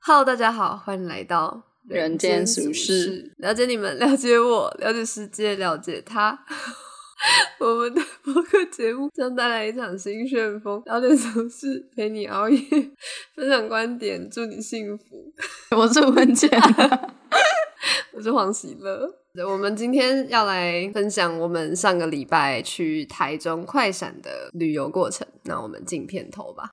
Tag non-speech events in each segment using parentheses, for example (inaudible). Hello，大家好，欢迎来到人间俗世，了解你们，了解我，了解世界，了解他。 (laughs) 我们的播客节目将带来一场新旋风，聊点俗事，陪你熬夜，分享观点，祝你幸福。我是文倩，我是黄喜乐。我们今天要来分享我们上个礼拜去台中快闪的旅游过程。那我们进片头吧。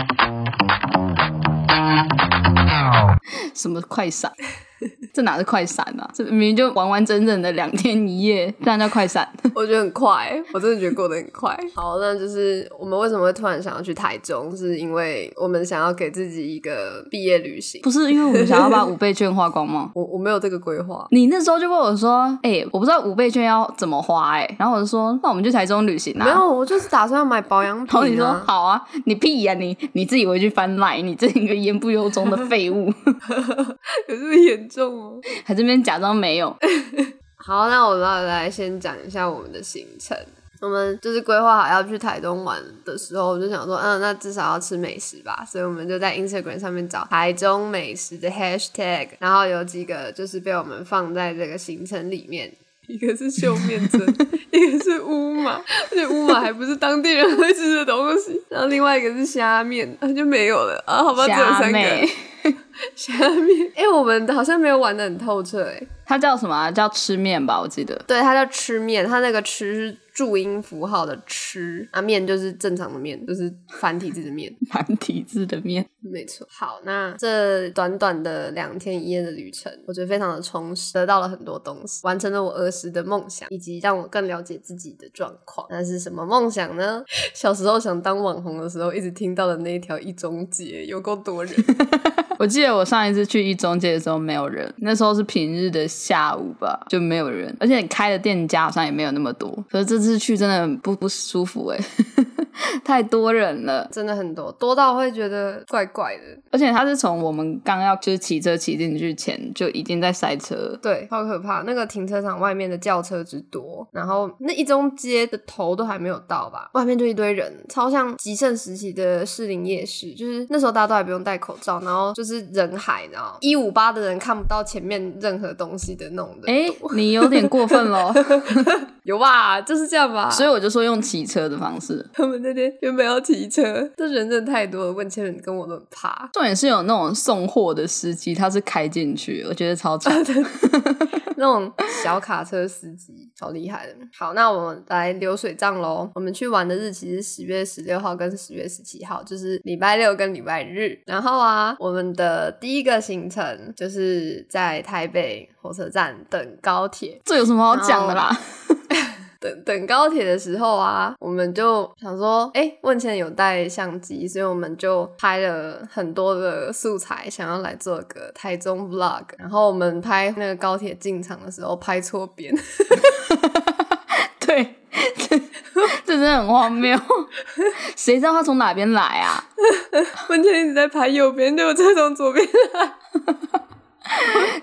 (laughs) 什么快闪？这哪是快闪啊？这明明就完完整整的两天一夜，但叫快闪。 (laughs) 我觉得很快，我真的觉得过得很快。好，那就是我们为什么会突然想要去台中，是因为我们想要给自己一个毕业旅行。不是因为我们想要把五倍券花光吗？ (laughs) 我我没有这个规划，你那时候就问我说：“哎、我不知道五倍券要怎么花、哎，然后我就说：“那我们去台中旅行啊。”没有，我就是打算买保养品、(laughs) 啊。(laughs) 然后你说好啊，你屁呀、你你自己回去翻来，你这一个言不由衷的废物， (laughs) 有这么严重哦？还这边假装没有。好，那我来来先讲一下我们的行程。我们就是规划好要去台东玩的时候，我就想说，嗯，那至少要吃美食吧，所以我们就在 Instagram 上面找台中美食的 hashtag，然后有几个就是被我们放在这个行程里面，一个是秀面 (laughs) 针，一个是乌马，而且乌马还不是当地人会吃的东西，然后另外一个是虾面，啊就没有了啊，好吧，只有虾三妹个，虾面。哎、我们好像没有玩的很透彻、哎。它叫什么、啊？叫吃面吧，我记得。 (laughs) 对，它叫吃面，它那个吃是注音符号的吃啊，面就是正常的面，就是繁体字的面，繁体字的面，没错。好，那这短短的两天一夜的旅程，我觉得非常的充实，得到了很多东西，完成了我儿时的梦想，以及让我更了解自己的状况。那是什么梦想呢？ (laughs) 小时候想当网红的时候，一直听到的那一条一中街，有够多人。我记得我上一次去一中街的时候没有人，那时候是平日的下午吧，就没有人，而且你开的店家好像也没有那么多。可是这次去真的很不不舒服哎、 (laughs) 太多人了。真的很多，多到会觉得怪怪的，而且他是从我们刚要就是骑车骑进去前就已经在塞车了，对，好可怕！那个停车场外面的轿车之多，然后那一中街的头都还没有到吧，外面就一堆人，超像极盛时期的士林夜市，就是那时候大家都还不用戴口罩，然后就是人海，然后一五八的人看不到前面任何东西的那种人， (laughs) 哎、你有点过分喽。有吧？就是这样吧。所以以我就说用骑车的方式，他们那天原本要骑车，这人真的太多了，问千人跟我都很怕。重点是有那种送货的司机，他是开进去，我觉得超 (laughs) 惨。那种小卡车司机，超厉害的。好，那我们来流水账喽。我们去玩的日期是十月十六号跟十月十七号，就是礼拜六跟礼拜日。然后啊，我们的第一个行程就是在台北火车站等高铁，这有什么好讲的啦？等等高铁的时候啊，我们就想说，哎、问倩有带相机，所以我们就拍了很多的素材，想要来做个台中 vlog。然后我们拍那个高铁进场的时候拍错边， (laughs) 对，这这真的很荒谬，谁知道他从哪边来啊？问倩一直在拍右边，结果再从左边。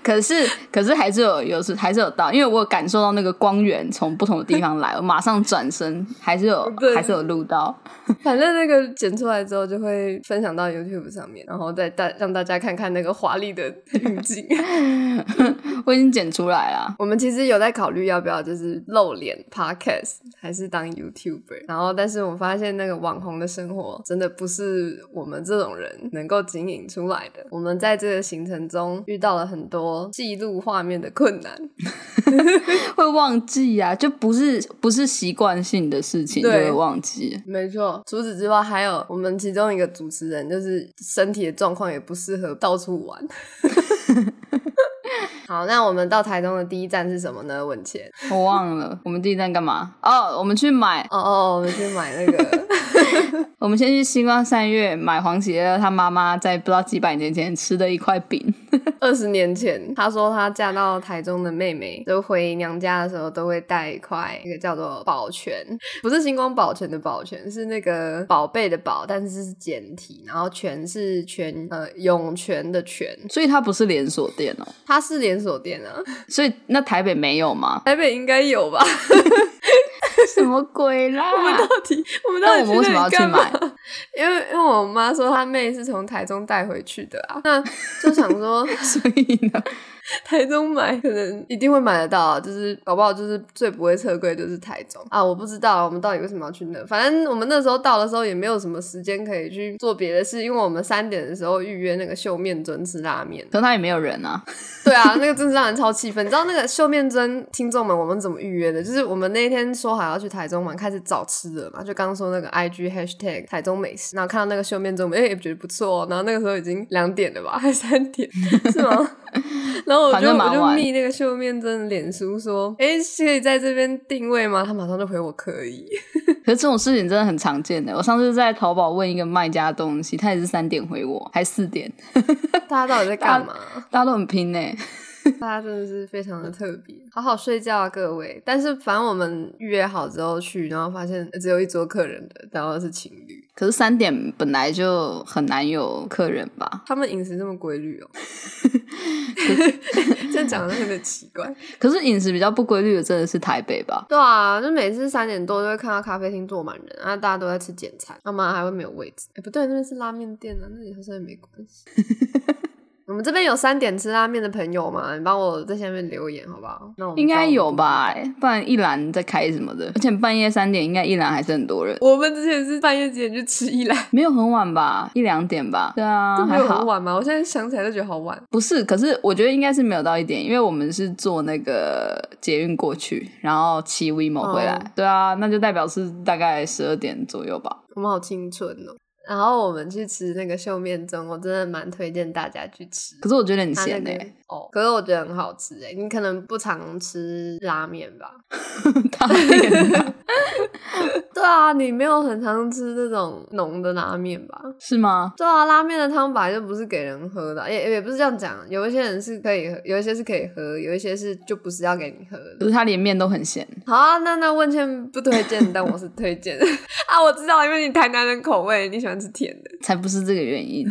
可是可是还是有有时还是有到，因为我有感受到那个光源从不同的地方来，我马上转身，还是有 (laughs) 对还是有录到。 (laughs) 反正那个剪出来之后就会分享到 YouTube 上面，然后再大让大家看看那个华丽的运镜。 (laughs) 我已经剪出来了，我们其实有在考虑要不要就是露脸 podcast，还是当 YouTuber。然后，但是我发现那个网红的生活真的不是我们这种人能够经营出来的。我们在这个行程中遇到了很多记录画面的困难，会忘记呀、就不是不是习惯性的事情就对会忘记。没错。除此之外，还有我们其中一个主持人就是身体的状况也不适合到处玩。 (laughs) 好，那我们到台中的第一站是什么呢？文倩，我忘了，我们第一站干嘛？哦，我们去买，哦哦，我们去买那个。我们先去星光三月买黄喜乐他妈妈在不知道几百年前吃的一块饼。二十年前，她说她嫁到台中的妹妹，就回娘家的时候都会带一块那个叫做宝泉，不是星光宝泉的宝泉，是那个宝贝的宝，但是是简体，然后泉是泉呃涌泉的泉，所以它不是连锁店哦。它是连锁店啊，？所以那台北没有吗 (laughs) 台北应该有吧？什么鬼啦？到底我们到那底 (laughs) 我们为什么要去干嘛 (laughs) 买？因为因为我妈说她妹是从台中带回去的啊，那就想说 (laughs) (laughs) 所以呢，台中买可能一定会买得到啊，就是搞不好就是最不会撤柜就是台中啊，我不知道我们到底为什么要去那，反正我们那时候到的时候也没有什么时间可以去做别的事，因为我们三点的时候预约那个秀面尊吃拉面，可那也没有人啊。 (laughs) (laughs) 对啊，那个真是让人超气愤。你知道那个秀面针听众们，我们怎么预约的？就是我们那一天说好要去台中玩，开始找吃的嘛。就刚刚说那个 IG hashtag 台中美食，然后看到那个秀面针，我们哎、也觉得不错哦。然后那个时候已经两点了吧，还三点 (laughs) 是吗？然后我反就正我蛮就晚密那个秀面针的脸书说，哎、是可以在这边定位吗？他马上就回我可以。 (laughs) 可是这种事情真的很常见的。我上次在淘宝问一个卖家东西，他也是三点回我，还四点，大家到底在干嘛？大家都很拼呢、大家真的是非嗯常的特别，好好睡觉啊，各位。但是反正我们预约好之后去，然后发现只有一桌客人的，然后是情侣，可是三点本来就很难有客人吧？他们饮食这么规律哦， (laughs) 这样讲的有点奇 (laughs) 怪。可是饮食比较不规律的真的是台北吧？对啊，就每次三点多就会看到咖啡厅坐满人，啊，大家都在吃简餐，他们还会没有位置。哎、不对，那边是拉面店啊，那里好像也没关 (laughs) 系。我们这边有三点吃拉面的朋友吗？你帮我在下面留言好不好？那我们应该知道有哦我们吧、欸不然一栏在开什么的，而且半夜三点应该一栏还是很多人，我们之前是半夜几点去吃一兰，没有很晚吧，一两点吧，对啊，这没还有好很。晚吗？我现在想起来就觉得好晚。不是，可是我觉得应该是没有到一点，因为我们是坐那个捷运过去，然后骑 WeMo 回来。哦对啊，那就代表是大概十二点左右吧。我们好青春哦。然后我们去吃那个秀面蒸，我真的蛮推荐大家去吃。可是我觉得很欸它那咸呢、个哦，可是我觉得很好吃哎，你可能不常吃拉面吧？当然啊对啊，你没有很常吃这种浓的拉面吧？ (laughs) 是吗？对啊，拉面的汤本来就不是给人喝的，啊也也不是这样讲，有一些人是可以喝，有一些是可以喝，有一些是就不是要给你喝的可。是它连面都很咸，好啊，那那问倩不推荐，但我是推荐 (laughs) 啊。我知道，因为你台南人口味，你喜欢吃甜的。才不是这个原 (laughs) 因。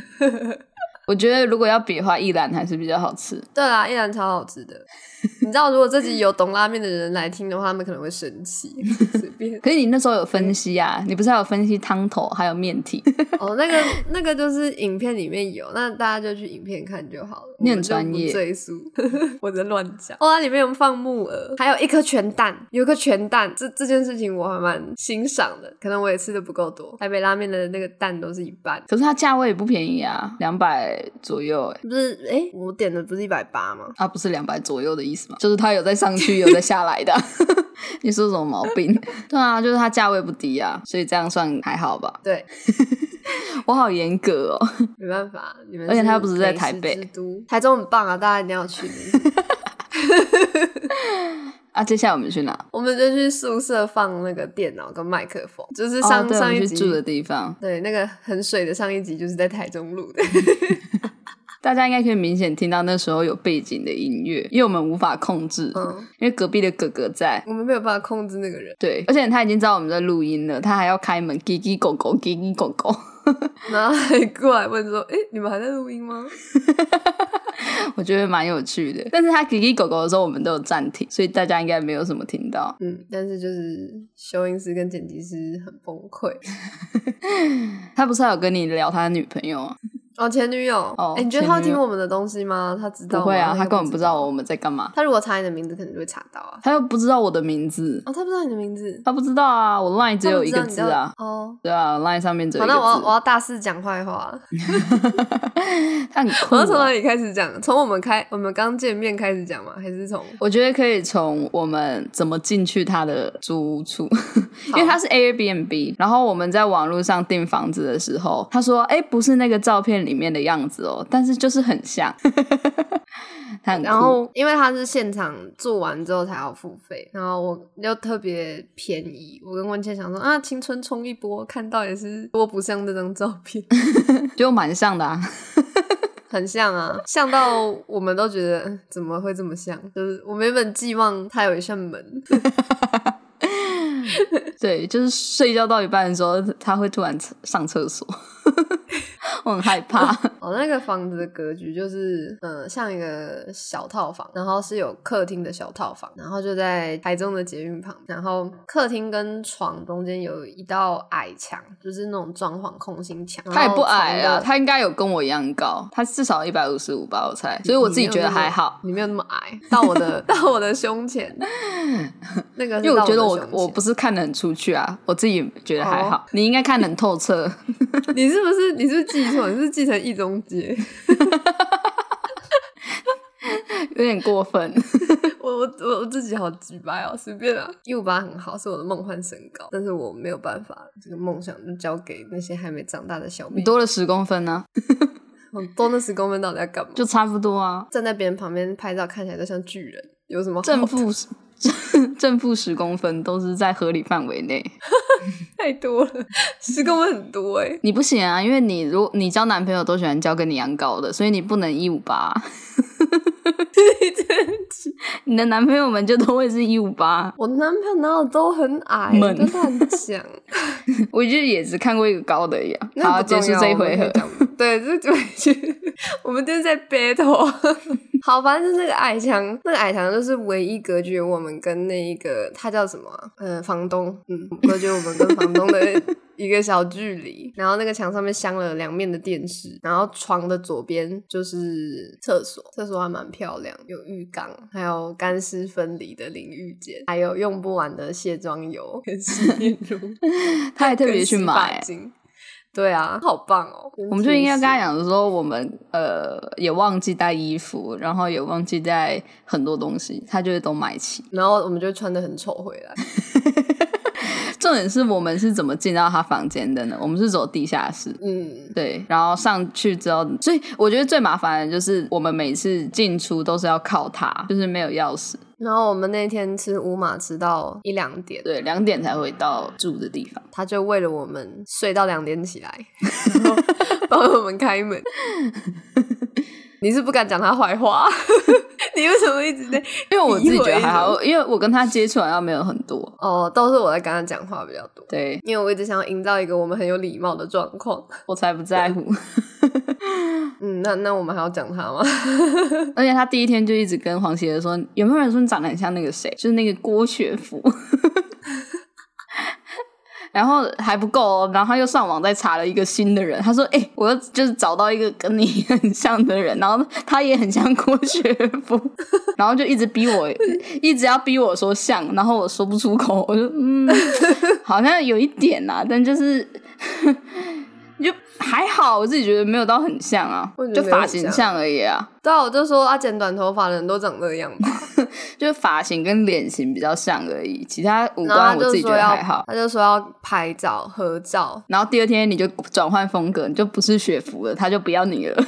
我觉得如果要比的话，一兰还是比较好吃。对啦，依然超好吃的。你知道，如果这集有懂拉面的人来听的话，他们可能会生气。 (laughs) 随便可是你那时候有嗯分析啊，你不是还有分析汤头还有面体？ (laughs) 哦，那个那个就是影片里面有，那大家就去影片看就好了。你我很们就专业不赘述， (laughs) 我在乱讲。哦，它里面有放木耳，还有一颗全蛋，有一颗全蛋，这这件事情我还蛮欣赏的。可能我也吃的不够多，台北拉面的那个蛋都是一半。可是它价位也不便宜啊，两百左右、欸。不是，哎、我点的不是一百八吗？啊，不是两百左右的意思吗？就是它有在上去，有在下来的。 (laughs) 你说什么毛病？ (laughs) 对啊，就是它价位不低啊，所以这样算还好吧。对，我好严格哦，没办法，你们而且它他又不是在台北台中很棒啊，大家一定要去。啊，接下来我们去哪？我们就去宿舍放那个电脑跟麦克风，就是上、哦、对，我上们一去集住的地方，对那个很水的上一集就是在台中录的，大家应该可以明显听到那时候有背景的音乐，因为我们无法控制，嗯，因为隔壁的哥哥在。 (laughs) 我们没有办法控制那个人，对，而且他已经知道我们在录音了，他还要开门，叽叽狗狗，叽叽狗狗。 (laughs) 然后还过来问说：“哎、你们还在录音吗我觉得蛮有趣的。但是他叽叽狗狗的时候，我们都有暂停，所以大家应该没有什么听到？”。嗯，但是就是修音师跟剪辑师很崩溃。他不是还有跟你聊他的女朋友吗？哦，前女友，哎、哦你觉得他会前女友听我们的东西吗？他知道不吗会啊，应该他根本不知知道我们在干嘛，他如果查你的名字，可能就会查到啊。他又不知道我的名字，哦，他不知道你的名字，他不知道啊，我 line 只有一他个不知字道你啊叫，哦，对啊，line 上面只有好，一个那我要我字，要大肆讲坏话。他很酷我要从哪啊。里开始讲？从我们开我们刚见面开始讲吗？还是从我觉得可以从我们怎么进去他的租屋处， (laughs) 因为他是 Airbnb，然后我们在网络上订房子的时候，他说：“哎，不是那个照片里面的样子哦，但是就是很像。” (laughs) 他很酷，然后因为他是现场做完之后才要付费，然后我又特别便宜，我跟文倩想说啊，青春冲一波，看到也是多不像这张照片， (laughs) 就蛮像的啊。很像啊，像到我们都觉得嗯怎么会这么像？就是我们原本寄望它有一扇门，对，就是睡觉到一半的时候，他会突然厕上厕所。 (laughs) 我很害怕。哦，那个房子的格局就是，嗯，像一个小套房，然后是有客厅的小套房，然后就在台中的捷运旁，然后客厅跟床中间有一道矮墙，就是那种装潢空心墙。他也不矮然后啊，床的他应该有跟我一样高，他至少一百五十五吧，我猜。所以我自己觉得还好，嗯你没有那么矮，到我 (laughs) 的到我的胸前，那个是因为到我觉得的我胸我前不是看得很出去啊，我自己觉得还哦好。你应该看得很透彻，你是不是你是不是记错？你是不是记成一中街？有点 (laughs) 过分。我我我我自己好直白哦，随便啊。一五八很好，是我的梦幻身高，但是我没有办法，这个梦想就交给那些还没长大的小你妹。多了十公分呢、我多那十公分到底要干嘛？就差不多啊，站在别人旁边拍照，看起来就像巨人，有什么好正负正 (laughs) 正负十公分都是在合理范围内。 (laughs) 太多了，十公分很多哎、你不行啊，因为你如果你交男朋友都喜欢交跟你一样高的，所以你不能一五 (laughs) 八。你的男朋友们就都会是一五八。我男朋友哪有都很矮，闷都乱讲。我就也只看过一个高的一样。那好，不重结要束这一回。合我们可以。 (laughs) 讲对，这就我们今天在 battle。好，反正就是那个矮墙，那个矮墙就是唯一隔绝我们跟那一个他叫什么啊、呃，房东，嗯，隔绝我们跟房东的一个小距离。然后那个墙上面镶了两面的电视，然后床的左边就是厕所，厕所还蛮漂亮，有浴缸，还有干湿分离的淋浴间，还有用不完的卸妆油跟洗面乳。他还特别跟去洗发买。精。对啊，好棒哦！我们就应该跟他讲说，我们呃也忘记带衣服，然后也忘记带很多东西，他就会都买齐。然后我们就穿的很丑回来。 (laughs) 重点是我们是怎么进到他房间的呢？我们是走地下室。嗯，对，然后上去之后，所以我觉得最麻烦的就是我们每次进出都是要靠他，就是没有钥匙，然后我们那天吃乌马吃到一两点，对，两点才回到住的地方。他就为了我们睡到两点起来，然后帮我们开门。 (laughs) 你是不敢讲他坏话， (laughs) 你为什么一直在？因为我自己觉得还好，因为我跟他接触好像没有很多。哦，都是我在跟他讲话比较多，对因为我一直想要营造一个我们很有礼貌的状况。我才不在乎，嗯，那那我们还要讲他吗？ (laughs) 而且他第一天就一直跟黄喜儿说，有没有人说你长得很像那个谁，就是那个郭雪芙。 (laughs) 然后还不够哦，然后他又上网再查了一个新的人，他说：“哎、我又就是找到一个跟你 (laughs) 很像的人，然后他也很像郭雪芙， (laughs) 然后就一直逼我，一直要逼我说像，然后我说不出口，我就嗯，好像有一点啦、但就是 (laughs) 就还好，我自己觉得没有到很像啊我，觉得就没有发很型像像而已啊，对啊，我就说啊，剪短头发的人都长这样吧。就发型跟脸型比较像而已，其他五然后他官我就自己觉说得要，还好。他就说要拍照合照，然后第二天你就转换风格，你就不是雪服了，他就不要你了。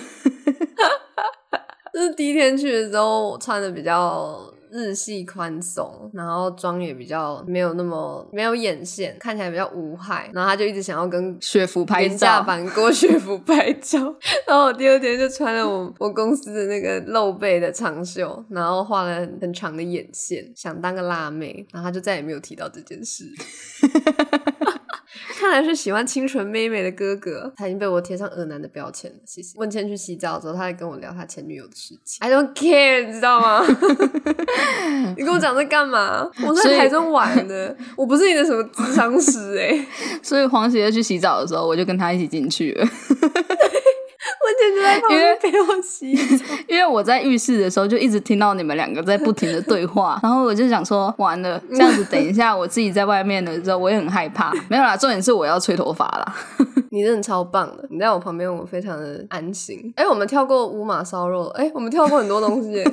就是第一天去的时候，我穿的比较日系宽松，然后妆也比较没有那么没有眼线，看起来比较无害。然后他就一直想要跟雪服拍廉价照，版郭雪芙拍照，然后我第二天就穿了我我公司的那个露背的长袖，然后画了很很长的眼线，想当个辣妹，然后他就再也没有提到这件事。 (laughs) 看来是喜欢清纯妹妹的哥哥，他已经被我贴上恶男的标签了。谢谢。问倩去洗澡的时候，他还跟我聊他前女友的事情。I don't care，你知道吗？ (laughs) 你跟我讲这干嘛？我所以在台中玩的，我不是你的什么智商师哎、所以黄喜儿去洗澡的时候，我就跟他一起进去了。 (laughs) 我简直在旁因为边陪我洗 (laughs) 澡。因为我在浴室的时候就一直听到你们两个在不停的对话，然后我就想说，完了，这样子等一下我自己在外面的时候，我也很害怕。没有啦，重点是我要吹头发啦。你真的超棒的，你在我旁边，我非常的安心。哎、我们跳过五马烧肉，哎、我们跳过很多东西 (laughs) 耶。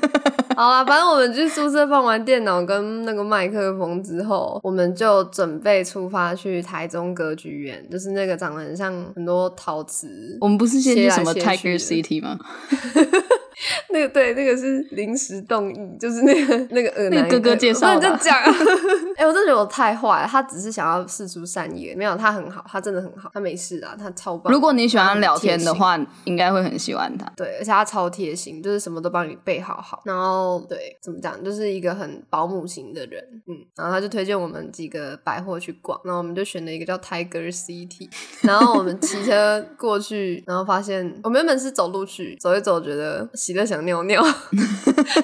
好啦，反正我们去宿舍放完电脑跟那个麦克风之后，我们就准备出发去台中歌剧院，就是那个长得很像很多陶瓷，哦我们不是先去什么切来切去的 Tiger City 吗？那个对，那个是临时动议，就是那个那个耳那男个哥哥介绍的就讲。 (laughs) 哎、我真的觉得我太坏了，他只是想要试出善意，没有他很好，他真的很好，他没事啊，他超棒。如果你喜欢聊天他的很贴心，话，应该会很喜欢他。对，而且他超贴心，就是什么都帮你备好好，然后对，怎么讲，就是一个很保姆型的人，嗯，然后他就推荐我们几个百货去逛，然后我们就选了一个叫 Tiger City，然 (laughs) 后我们骑车过去，然后发现我们原本是走路去，走一走觉得洗了想尿尿，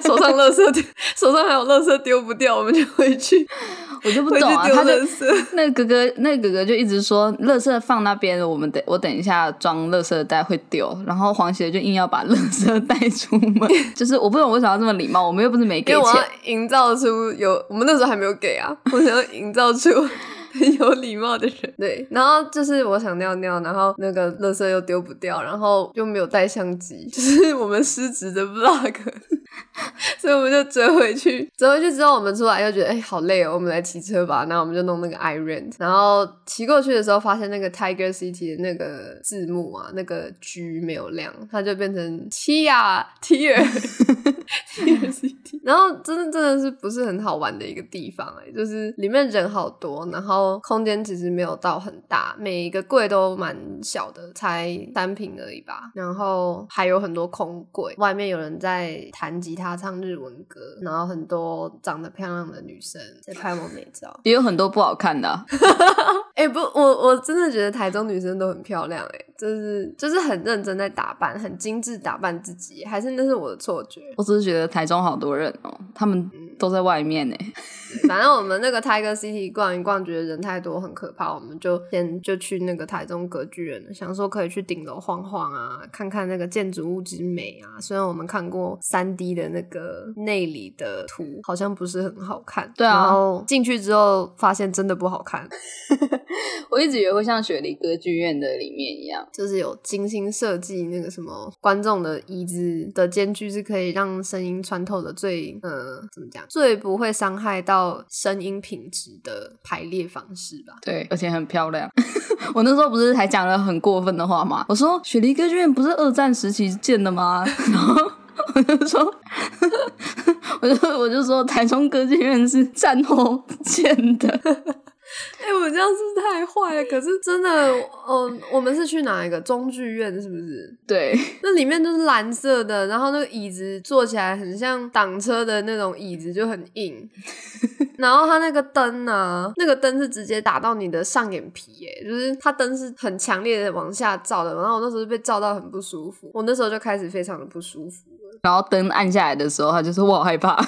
手上垃圾丢，手上还有垃圾丢不掉，我们就回去我就不回去懂啊，丢他就垃圾。 (laughs) 那个哥哥，那个哥哥就一直说，垃圾放那边，我们等我等一下装垃圾袋会丢。然后黄鞋就硬要把垃圾带出门， (laughs) 就是我不懂为什么要这么礼貌，我们又不是没给因为我要钱。营造出有，我们那时候还没有给 (laughs) 啊，我想要营造出 (laughs) 很有礼貌的人。对，然后就是我想尿尿，然后那个垃圾又丢不掉，然后又没有带相机， (laughs) 就是我们失职的 vlog，所以我们就折回去。折回去之后，我们出来又觉得哎、好累哦，我们来骑车吧。然后我们就弄那个 i rent，然后骑过去的时候发现那个 Tiger City 的那个字幕啊，那个 G 没有亮，它就变成 Tia Tier。然后真的真的是不是很好玩的一个地方哎、就是里面人好多，然后空间其实没有到很大，每一个柜都蛮小的，才三平而已吧。然后还有很多空柜，外面有人在弹吉他、唱日文歌，然后很多长得漂亮的女生在拍完美照。 (laughs) 也有很多不好看的啊、哎、不，我我真的觉得台中女生都很漂亮哎、就是就是很认真在打扮，很精致打扮自己，还是那是我的错觉。我只是觉得台中好多人哦，他们都在外面欸呢。反正我们那个 Tiger City 逛一逛，觉得人太多很可怕，我们就先就去那个台中歌剧院了，想说可以去顶楼晃晃啊，看看那个建筑物之美啊。虽然我们看过三 D 的那个内里的图，好像不是很好看。对啊然后进去之后发现真的不好看，我一直以为会像雪梨歌剧院的里面一样，就是有精心设计那个什么观众的椅子的间距是可以让声音穿透的最呃怎么讲最不会伤害到声音品质的排列方式吧。对，而且很漂亮。 (laughs) 我那时候不是还讲了很过分的话吗？我说雪梨歌剧院不是二战时期建的吗？ (laughs) 然后我就说， (laughs) 我就我就说台中歌剧院是战后建的。 (laughs) 哎、我这样是不是太坏了？可是真的，嗯，我们是去哪一个中剧院？是不是？对，那里面都是蓝色的，然后那个椅子坐起来很像挡车的那种椅子，就很硬。然后它那个灯啊，那个灯是直接打到你的上眼皮、耶，就是它灯是很强烈的往下照的。然后我那时候就被照到很不舒服，我那时候就开始非常的不舒服。然后灯暗下来的时候，他就说我好害怕。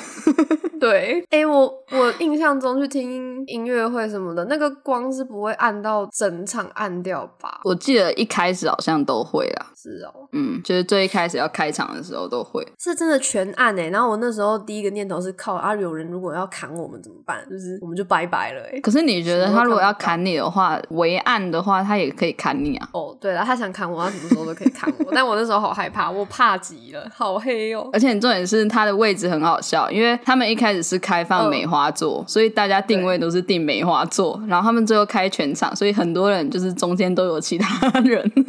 对，哎、我我印象中去听音乐会什么的，那个光是不会暗到整场暗掉吧？我记得一开始好像都会啦，是哦、嗯，就是最一开始要开场的时候都会。是真的全暗哎、然后我那时候第一个念头是靠啊，有人如果要砍我们怎么办？就是我们就拜拜了哎、可是你觉得他如果要什么都看砍你的话，围暗的话，他也可以砍你啊。哦，对了，他想砍我，他什么时候都可以砍我。 (laughs) 但我那时候好害怕，我怕极了，好黑哦。而且重点是它的位置很好笑，因为他们一开始是开嗯放梅花座，所以大家定位都是定梅花座，然后他们最后开全场，所以很多人就是中间都有其他人， (laughs)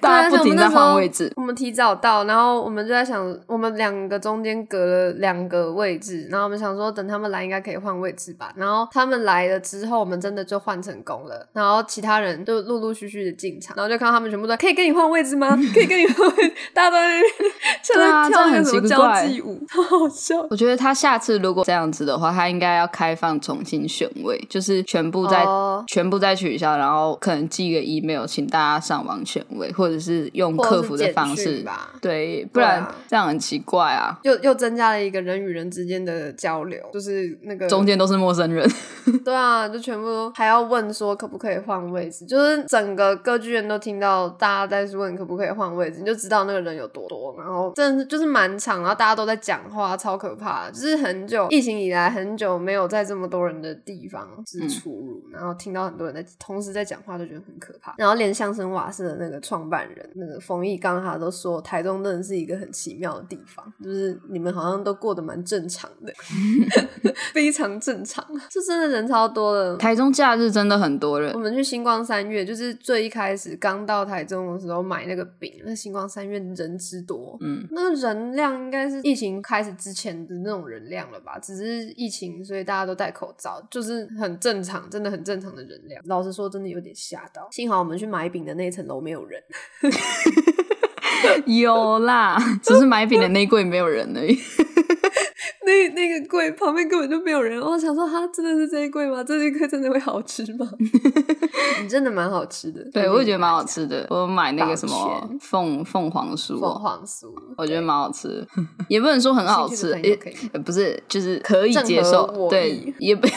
大啊家不停在换位置。我们提早到，然后我们就在想，我们两个中间隔了两个位置，然后我们想说等他们来应该可以换位置吧。然后他们来了之后，我们真的就换成功了。然后其他人就陆陆续续的进场，然后就看到他们全部都在可以跟你换位置吗？可以跟你换位置，大家都在那 (laughs) 边像对啊在跳那个这什么样很奇交怪际舞， (laughs) 好好笑。 (laughs) 我觉得他下次如果这样子的话，他应该要开放重新选位，就是全部在、哦全部在取消，然后可能寄个 email 请大家上网选位，或者是用或者 (laughs) 是客服的简方讯式，吧对，不对啊然这样很奇怪啊，又又增加了一个人与人之间的交流，就是那个中间都是陌生人。 (laughs) 对啊，就全部都还要问说可不可以换位置，就是整个歌剧院都听到大家在问可不可以换位置，你就知道那个人有多多，然后真的是就是满场，然后大家都在讲话，超可怕的，就是很久久疫情以来很久没有在这么多人的地方是出入，然后听到很多人在同时在讲话，就觉得很可怕。然后连相声瓦舍的那个创办人那个冯毅刚他都说，台中真的是一个很奇妙的地方，就是你们好像都过得蛮正常的， (laughs) 非常正常， (laughs) 就真的人超多的。台中假日真的很多人我，们去星光三月，就是最一开始刚到台中的时候买那个饼，那星光三月人之多，嗯，那个人量应该是疫情开始之前的那种人量了吧？只是疫情，所以大家都戴口罩，就是很正常，真的很正常的人量。老实说，真的有点吓到。幸好我们去买饼的那一层楼没有人， (laughs) 有啦，只是买饼的那一柜没有人而已。 (laughs) 那那个柜旁边根本就没有人。我想说，哈，真的是这一柜吗？这一柜真的会好吃 (laughs) 吗？你真的蛮好吃的，对，我也觉得蛮好吃。吃的。我买那个什保么全凤凤凰酥凤哦，凰酥，我觉得蛮 (laughs) 好吃，也不能说很好兴趣吃，的朋友也可以呃不是，就是可以正合接受，我对意，也不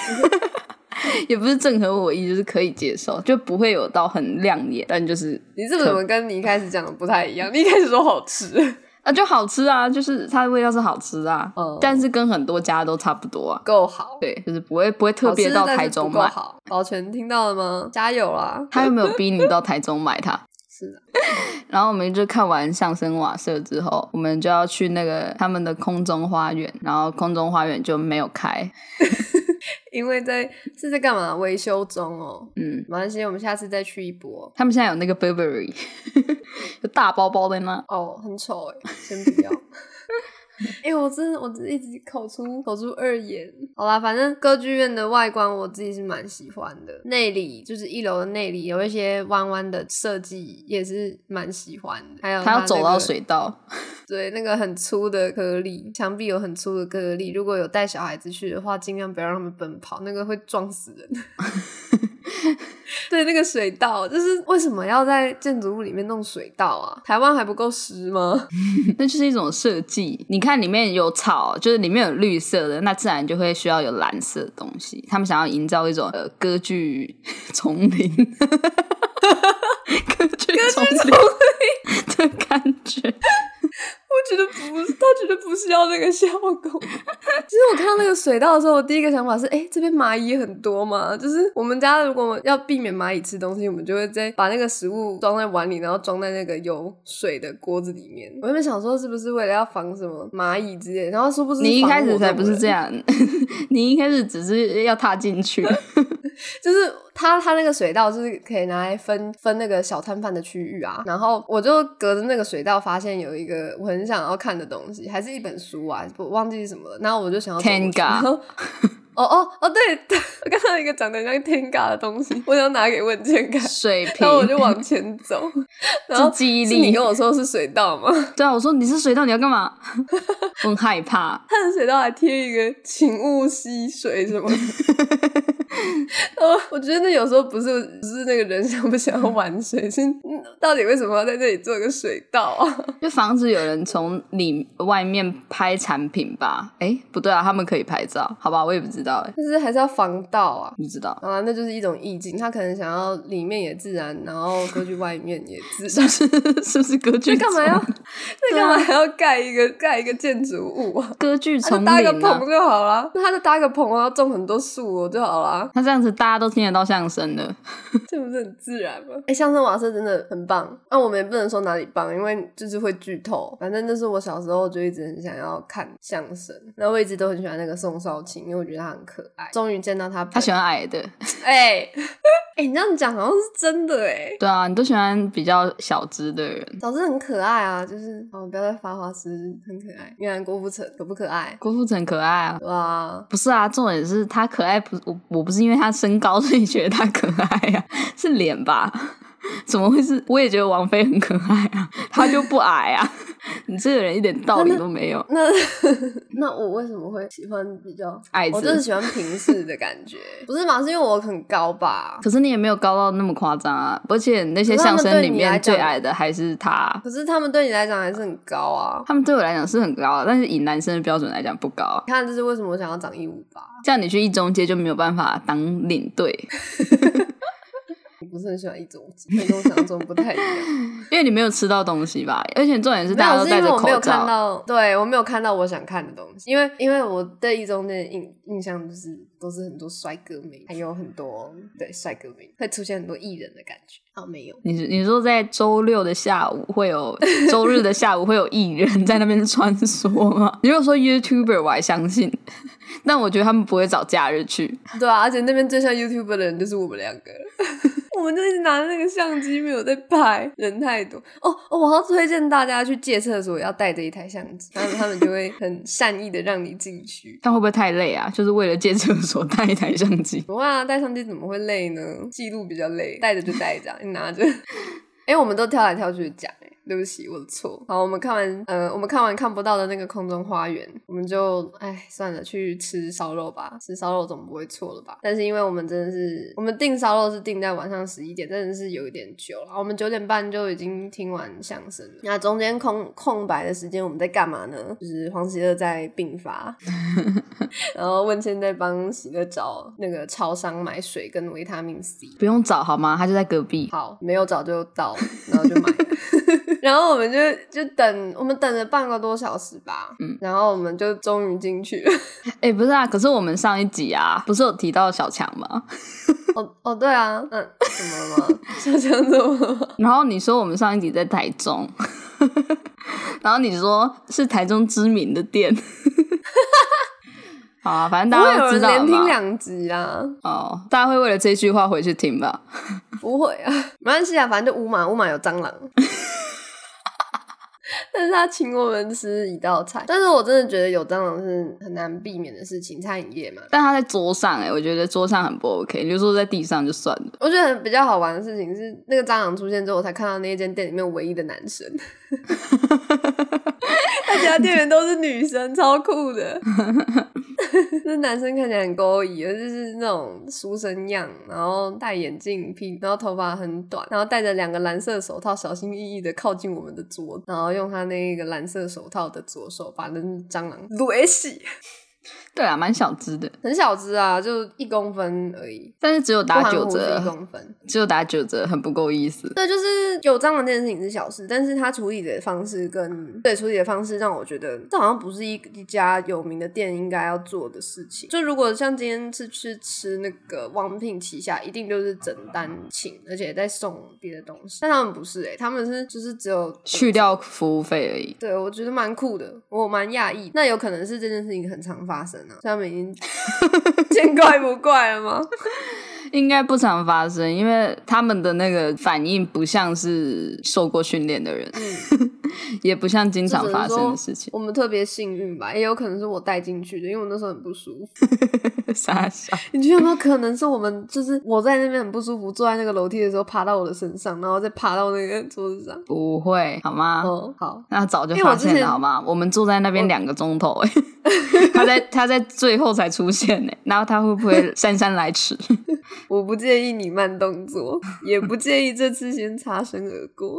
(laughs) 也不是正合我意，就是可以接受，就不会有到很亮眼，但就是你这个怎么跟你一开始讲的不太一样？你一开始说好 (laughs) 吃，啊就好吃啊，就是它的味道是好吃啊，哦但是跟很多家都差不多啊，够好，对，就是不会不会特别到好吃但是台中不够买。好，保全听到了吗？加油啦！他又没有逼你到台中买它。是的，然后我们就看完相声瓦舍之后，我们就要去那个他们的空中花园，然后空中花园就没有开。因为在是在干嘛？维修中哦。嗯，没关系，我们下次再去一波。他们现在有那个 Burberry，有大包包在那。哦，很丑哎，先 (laughs) 不要。哎、我真的，我真的一直口出口出恶言。好啦，反正歌剧院的外观我自己是蛮喜欢的，内里就是一楼的内里有一些弯弯的设计，也是蛮喜欢的。还有他要那走到个水道，对，那个很粗的颗粒，墙壁有很粗的颗粒。如果有带小孩子去的话，尽量不要让他们奔跑，那个会撞死人。 (laughs) 对，那个水道，就是为什么要在建筑物里面弄水道啊？台湾还不够湿吗？那就是一种设计。你看里面有草，就是里面有绿色的，那自然就会需要有蓝色的东西。他们想要营造一种呃歌剧丛林， (laughs) 歌剧丛林 (laughs) 的感觉。我觉得不是，他觉得不是要那个效果。 (laughs) 其实我看到那个水道的时候，我第一个想法是，哎、这边蚂蚁很多嘛，就是我们家如果要避免蚂蚁吃东西，我们就会在把那个食物装在碗里，然后装在那个有水的锅子里面。我原本想说是不是为了要防什么蚂蚁之类的，然后殊不知你一防开我始才种不是人这，样， (laughs) 你一开始只是要踏 (laughs) 进去，就是它它那个水道就是可以拿来分分那个小摊贩的区域啊。然后我就隔着那个水道发现有一个我很想要看的东西，还是一本书啊，我忘记是什么了。然后我就想要走过去 Tenga 然后哦哦哦，对，我看到一个长得很像 Tenga 的东西，我想拿给问健看，水平然后我就往前走，然后是记忆是你力跟。我说是水道吗？对啊，我说你是水道，你要干嘛？ (laughs) 我很害怕。他的水道还贴一个“请勿吸水”什么 (laughs) 的。哦，我觉得那有时候不是不是那个人想不想要玩水，是嗯到底为什么要在这里做个水道啊？ (laughs) 就防止有人从里外面拍产品吧？哎，不对啊，他们可以拍照，好吧？我也不知道、哎，就是还是要防盗啊。不知道， (laughs) 啊，那就是一种意境，他可能想要里面也自然，然后过去外面也自 (laughs) 是然不。是？是不是歌剧那丛？ (laughs) 干嘛要？那对干啊嘛还要盖一个盖一个建筑物啊？歌剧他就丛搭一个林啊棚？就好啦，那他就搭一个棚，然后种很多树哦就好啦。那这样子大家都听得到相声了。这不是很自然吗？哎、相声瓦舍真的很棒。那、我们也不能说哪里棒，因为就是会剧透。反正就是我小时候就一直很想要看相声，然后我一直都很喜欢那个宋少卿，因为我觉得他很可爱。终于见到他本，他喜欢矮的，哎 (laughs) 哎、诶你这样讲好像是真的哎、对啊，你都喜欢比较小只的人。早知很可爱啊，就是哦，不要再发花痴，很可爱。原来郭富城可不可爱？郭富城可爱啊，哇，不是啊，重点是他可爱不，我我不是因为他身高所以觉得他可爱呀、是脸吧？ (laughs) 怎么会是？我也觉得王菲很可爱啊，她就不矮啊。 (laughs) 你这个人一点道理都没有， (laughs) 那那我为什么会喜欢比较？矮我就是子。喜欢平视的感觉，不是嘛？是因为我很高吧？可是你也没有高到那么夸张啊，而且那些可是他相们声里对你来面讲最矮的还是他。可是他们对你来讲还是很高啊。他们对我来讲是很高啊，但是以男生的标准来讲不高啊。你看，这是为什么我想要长一五八？这样你去一中街就没有办法当领队，不是很喜欢一中鸡，跟我想中不太一 (laughs) 样。因为你没有吃到东西吧？而且重点是没大家有，都是因戴为着我没有口看罩。啊到，对我没有看到我想看的东西，因为因为我对一中的印印象就是都是很多帅哥美，还有很多对帅哥美会出现很多艺人的感觉。哦，没有，你是你说在周六的下午会有周日的下午会有艺 (laughs) 人在那边穿梭吗？ (laughs) 你如果说 YouTuber 我还相信， (laughs) 但我觉得他们不会找假日去。对啊，而且那边最像 YouTube 的人就是我们两个， (laughs) 我们就一直拿着那个相机没有在拍，人太多。哦哦，我好推荐大家去借厕所要带着一台相机，他们他们就会很善意的让你进去。但会不会太累啊？就是为了借厕所带一台相机。不会啊，带相机怎么会累呢？记录比较累，带着就带着啊，你拿着。哎、我们都跳来跳去讲、哎，对不起，我的错。好，我们看完，呃，我们看完看不到的那个空中花园，我们就，哎，算了，去吃烧肉吧。吃烧肉总不会错了吧？但是因为我们真的是，我们订烧肉是订在晚上十一点，真的是有一点久了。我们九点半就已经听完相声了，那中间空空白的时间我们在干嘛呢？就是黄喜乐在病发， (laughs) 然后问现在帮喜乐找那个超商买水跟维他命 C。不用找好吗？他就在隔壁。好，没有早就到，然后就买了。 (laughs) 然后我们就就等，我们等了半个多小时吧，嗯，然后我们就终于进去了。 (laughs) 哎、不是啊，可是我们上一集啊，不是有提到小强吗？哦哦，对啊，嗯， (laughs) 怎么了吗？小强怎么了 (laughs) 吗？然后你说我们上一集在台中， (laughs) 然后你说是台中知名的店。 (laughs) 好啊，反正不大会家有都知人道了连听嘛。两集啊，哦，大家会为了这句话回去听吧。不会啊， (laughs) 没关系啊，反正就五马，五马有蟑 (laughs) 螂。但是他请我们吃一道菜，但是我真的觉得有蟑螂是很难避免的事情。餐饮业嘛，但他在桌上、欸，哎，我觉得桌上很不 OK。你就说在地上就算了。我觉得比较好玩的事情是，那个蟑螂出现之后，我才看到那一间店里面唯一的男生，他其他店员都是女生，超酷的。那男生看起来很勾引，就是那种书生样，然后戴眼镜、披，然后头发很短，然后戴着两个蓝色手套，小心翼翼的靠近我们的桌，然后用他那个蓝色手套的左手把那蟑螂抡起，对啊，蛮小只的，很小只啊，就一公分而已，但是只有打九不含胡子一折，公分。只有打九折，很不够意思。对，就是有蟑螂这件事情是小事，但是他处理的方式跟对处理的方式让我觉得这好像不是一一家有名的店应该要做的事情。就如果像今天是去吃那个王品旗下，一定就是整单请，而且再送别的东西，但他们不是诶、欸他们是就是只有去掉服务费而已。对，我觉得蛮酷的，我蛮讶异。那有可能是这件事情很常发生啊，所以他们已经 (laughs) 见怪不怪了吗？应该不常发生，因为他们的那个反应不像是受过训练的人， (laughs) 也不像经常发生的 (laughs) 事情。我们特别幸运吧，也有可能是我带进去的，因为我那时候很不舒服。傻笑， (laughs) 你觉得有没有可能是我们就是我在那边很不舒服，坐在那个楼梯的时候爬到我的身上，然后再爬到那个桌子上？不会好吗？哦，好，那早就因为我发之前现了好吗？我们坐在那边两个钟头、 (laughs) 欸，他在他在最后才出现呢、欸然后他会不会姗姗来迟？我不介意你慢动作，也不介意这次先擦身而 (laughs) 过，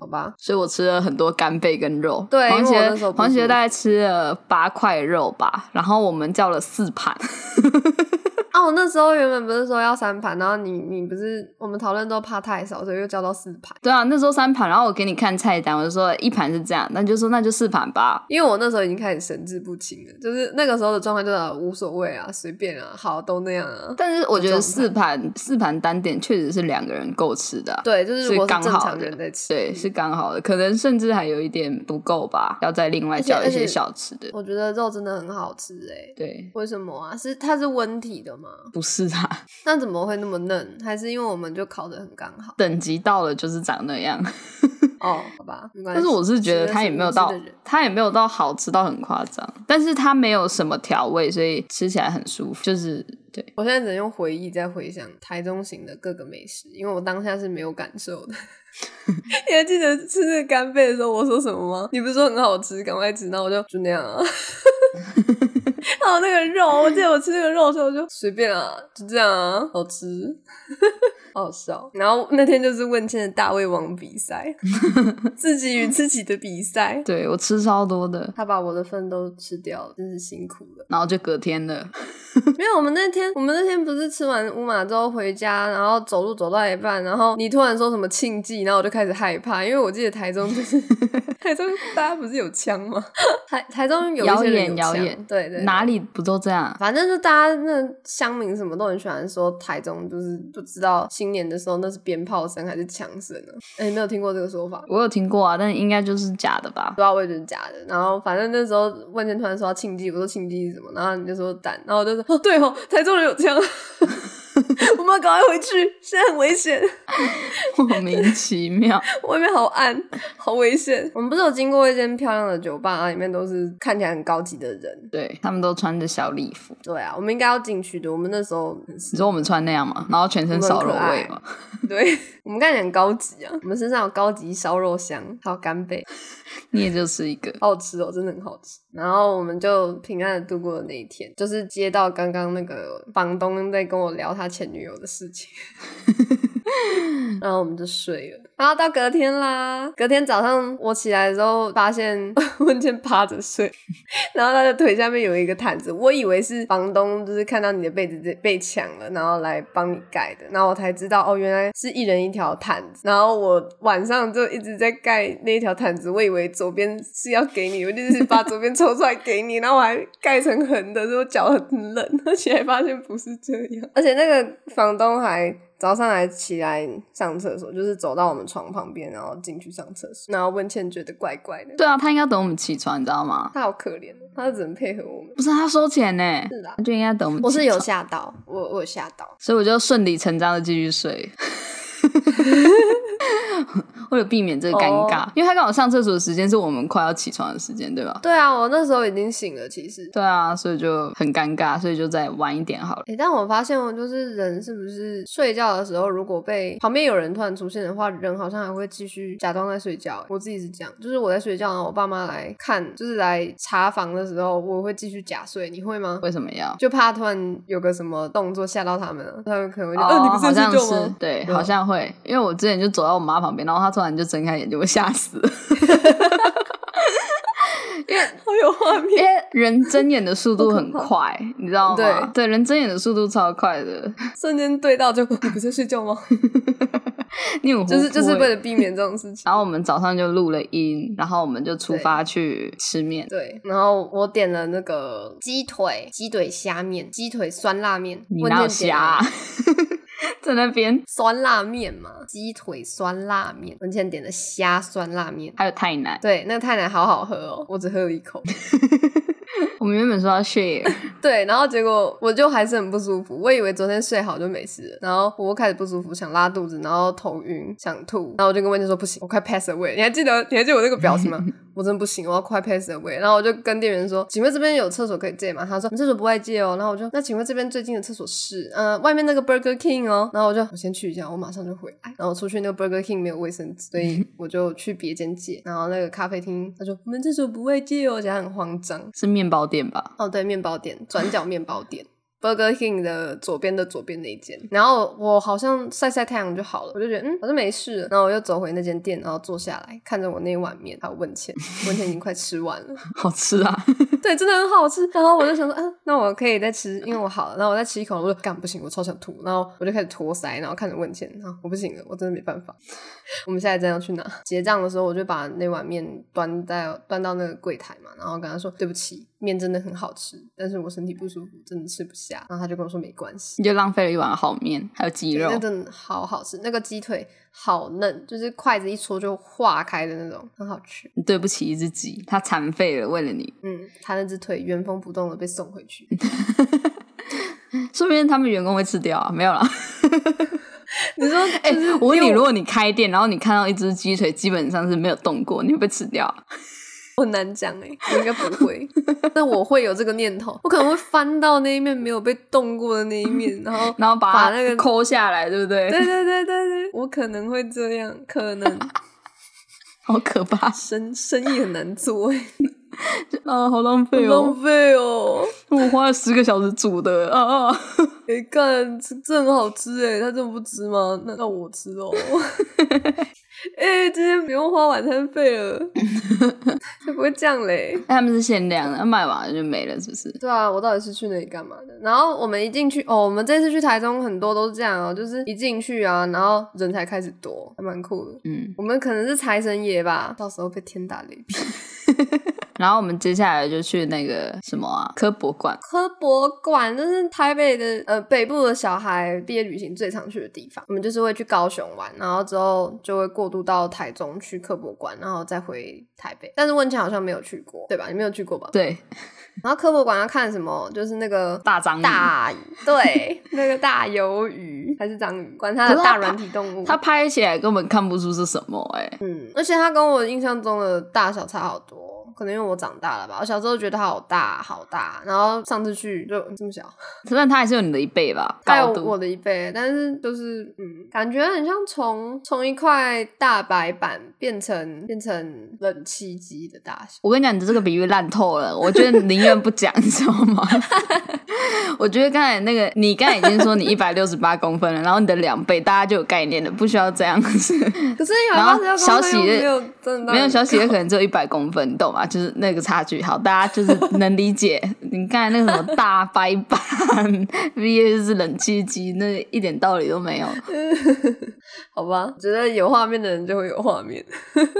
好吧？ (laughs) 所以我吃了很多干贝跟肉。对黄因为我杰那时候不黄舒杰服大概吃了八块肉吧，然后我们叫了四盘。 (laughs) 啊，我那时候原本不是说要三盘，然后你你不是我们讨论都怕太少，所以又叫到四盘。对啊，那时候三盘，然后我给你看菜单，我就说一盘是这样，那你就说那就四盘吧。因为我那时候已经开始神志不清了，就是那个时候的状态就是啊无所谓啊，随便啊，好都那样啊。但是我觉这得种四盘四盘单点确实是两个人够吃的啊、对，就是如果是刚正好常的人在，吃，嗯对，是刚好的，可能甚至还有一点不够吧，要再另外而且叫一而些且小吃的。我觉得肉真的很好吃哎、对，为什么啊？是它是温体的吗？不是 (laughs) 啊，那怎么会那么嫩？还是因为我们就烤的很刚好？等级到了就是长那样。哦，好吧，没关系但是我是觉得它也没有到吃的是无知的人，它也没有到好吃到很夸张，但是它没有什么调味，所以吃起来很舒服。就是对，我现在只能用回忆在回想台中行的各个美食，因为我当下是没有感受的。 (laughs) 你还记得吃那个干贝的时候我说什么吗？你不是说很好吃，赶快吃，那我就就那样啊。 (laughs) 还有那个肉，我记得我吃那个肉的时候我就随便啊，就这样啊，好吃。 (laughs) 好笑。然后那天就是问倩的大胃王比赛，自己与自己的比赛， (laughs) 对我吃超多的，他把我的份都吃掉了，真是辛苦了。然后就隔天了，没有，我们那天我们那天不是吃完乌马之后回家，然后走路走到一半，然后你突然说什么庆忌，然后我就开始害怕，因为我记得台中就是 (laughs) 台中大家不是有枪吗？ (laughs) 台台中有一些人有谣言谣枪言对对对哪里不都这样？反正就大家那乡民什么都很喜欢说台中，就是不知道新年的时候那是鞭炮声还是枪声呢？哎、你没有听过这个说法吗？我有听过啊，但应该就是假的吧不？(laughs) 知道我也觉得假的。然后反正那时候万茜突然说要庆忌，我说庆忌是什么？然后你就说蛋，然后我就说哦对哦， (laughs) 台中人有枪，我们要赶快回去， (laughs) 现在很危险，莫名其妙，外面好暗， (laughs) 好危险。我们不是有经过一间漂亮的酒吧，然后里面都是看起来很高级的人。对他们都穿着小礼服。对啊，我们应该要进去的。我们那时候很 (laughs) 你说我们穿那样嘛，然后全身烧肉我们很味可嘛，对我们看起来很高级啊，我们身上有高级烧肉香，还有干贝， (laughs) 你也就是一个好好吃哦，真的很好吃。然后我们就平安的度过了那一天，就是接到刚刚那个房东在跟我聊他前女友的事情，然后我们就睡了。然后到隔天啦，隔天早上我起来的时候，发现 (laughs) 温倩趴着睡，然后他的腿下面有一个毯子，我以为是房东就是看到你的被子被被抢了，然后来帮你盖的，然后我才知道哦，原来是一人一条毯子。然后我晚上就一直在盖那一条毯子，我以为左边是要给你，我就是把左边抽出来给你，然后我还盖成横的，所以我脚很冷，而且还发现不是这样，而且那个房东还。早上还起来上厕所，就是走到我们床旁边，然后进去上厕所。然后温倩觉得怪怪的，对啊，他应该等我们起床，你知道吗？她好可怜哦，她只能配合我们。不是他收钱呢，是啦他，就应该等我 (laughs) 们。我是有，吓到，我我有吓到，所以我就顺理成章的继续睡。 (laughs) 为了避免这个尴尬哦因为他刚好上厕所的时间是我们快要起床的时间，对吧？对啊，我那时候已经醒了，其实。对啊，所以就很尴尬，所以就再晚一点好了。诶、但我发现哦，就是人是不是睡觉的时候，如果被旁边有人突然出现的话，人好像还会继续假装在睡觉诶。我自己是这样，就是我在睡觉，然后我爸妈来看，就是来查房的时候，我会继续假睡。你会吗？ (laughs) 为什么要？就怕突然有个什么动作吓到他们了，他们可能会觉得，哦，呃你不好是在像睡觉是吗？ (laughs) 对，对啊好像会，因为我之前就走到我妈旁边，然后她突然就睁开眼睛，我吓死 (laughs) 了。好有画面。因为人睁眼的速度很好可快，你知道吗？对对，人睁眼的速度超快的，瞬间对到就， (laughs) 你不是在睡觉吗？你很就是就是活泼为欸了避免这种事情。然后我们早上就录了音，然后我们就出发去吃面。对，然后我点了那个鸡腿、鸡腿虾面、鸡腿酸辣面，你问哪有店点瞎啊、了 (laughs) 在那边 (laughs) 酸辣面嘛，鸡腿酸辣面，文倩点的虾酸辣面。还有太奶，对，那个太奶好好喝哦，我只喝了一口。我们原本说要 share， (laughs) 对，然后结果我就还是很不舒服，我以为昨天睡好就没事了，然后我又开始不舒服，想拉肚子，然后头晕，想吐，然后我就跟温倩说不行，我快 pass away。你还记得你还记得我那个表情吗？我真的不行，我要快 pass away。然后我就跟店员说，请问这边有厕所可以借吗？他说我们厕所不外借哦。然后我就那请问这边最近的厕所是呃外面那个 Burger King 哦。然后我就我先去一下，我马上就回来。然后出去那个 Burger King 没有卫生纸，所以我就去别间借。然后那个咖啡厅他说我们厕所不外借哦，讲得很慌张。是面包店吧？哦，对，面包店，转角面包店。Burger King 的左边的左边那一间，然后我好像晒晒太阳就好了，我就觉得嗯，好像没事了，然后我又走回那间店，然后坐下来看着我那碗面，还有问钱，问钱已经快吃完了，好吃啊！对，真的很好吃。然后我就想说，嗯、那我可以再吃，因为我好了，然后我再吃一口，我就干不行，我超想吐，然后我就开始托腮，然后看着问钱，然后我不行了，我真的没办法。 (laughs) 我们现在真的要去哪？结账的时候，我就把那碗面端在端到那个柜台嘛，然后跟他说对不起，面真的很好吃，但是我身体不舒服，真的吃不下。然后他就跟我说没关系。你就浪费了一碗好面，还有鸡肉那，真的好好吃，那个鸡腿好嫩，就是筷子一戳就化开的那种，很好吃。你对不起一只鸡，它残废了，为了你。嗯，他那只腿原封不动的被送回去， (laughs) 说不定他们员工会吃掉啊，没 (laughs) 有啦。你说，哎、就是我问因你，为如果你开店，然后你看到一只鸡腿，基本上是没有动过，你会被吃掉啊。我很难讲哎、我应该不会，但我会有这个念头，我可能会翻到那一面没有被动过的那一 (laughs) 面，然后然后把把它那个抠下来，对不对？对对对对对，我可能会 (laughs) 这样，可能好可怕！生生意很难做哎、 (laughs) 啊，好浪费哦！浪费哦！我花了十个小时煮的啊啊！ (laughs) 哎、干，这这很好吃哎，他这么不吃吗？那那我吃 (laughs) 哦。哎、今天不用花晚餐费 (laughs) 了， (laughs) 才不会这样嘞。哎他们是限量的，卖完了就没了，是不是？对啊，我到底是去那里干嘛的？然后我们一进去，哦，我们这次去台中很多都是这样哦，就是一进去啊，然后人才开始多，还蛮酷的。嗯，我们可能是财神爷吧，到时候被天打雷劈。 (laughs) 然后我们接下来就去那个什么啊，科博馆。科博馆这是台北的呃北部的小孩毕业旅行最常去的地方。我们就是会去高雄玩，然后之后就会过渡到台中去科博馆，然后再回台北。但是温泉好像没有去过，对吧？你没有去过吧？对，然后科博馆要看什么？就是那个大章鱼大对那个大鱿 (laughs) 鱼还是章鱼，管它的可是它大软体动物。它拍起来根本看不出是什么哎、嗯，而且它跟我印象中的大小差好多。可能因为我长大了吧，我小时候觉得它好大好大，然后上次去就嗯这么小，但它还是有你的一倍吧，还有 (laughs) 高度。我的一倍，但是就是嗯，感觉很像从从一块大白板变成变成冷气机的大 (laughs) 小。我跟你讲，你这个比喻烂透了，我觉得宁愿不讲， (laughs) 你知道吗？我觉得刚才那个，你刚才已经说你一百六十八公分了，然后你的两倍，大家就有概念了，不需要这样子。可是一百然八后十六小公分喜又的没有真的到没有小喜的可能只有一百公分，你懂吗？就是那个差距。好，大家就是能理解。 (laughs) 你刚才那个什么大白板 VS 就是冷气机，那一点道理都没有。好吧？觉得有画面的人就会有画面，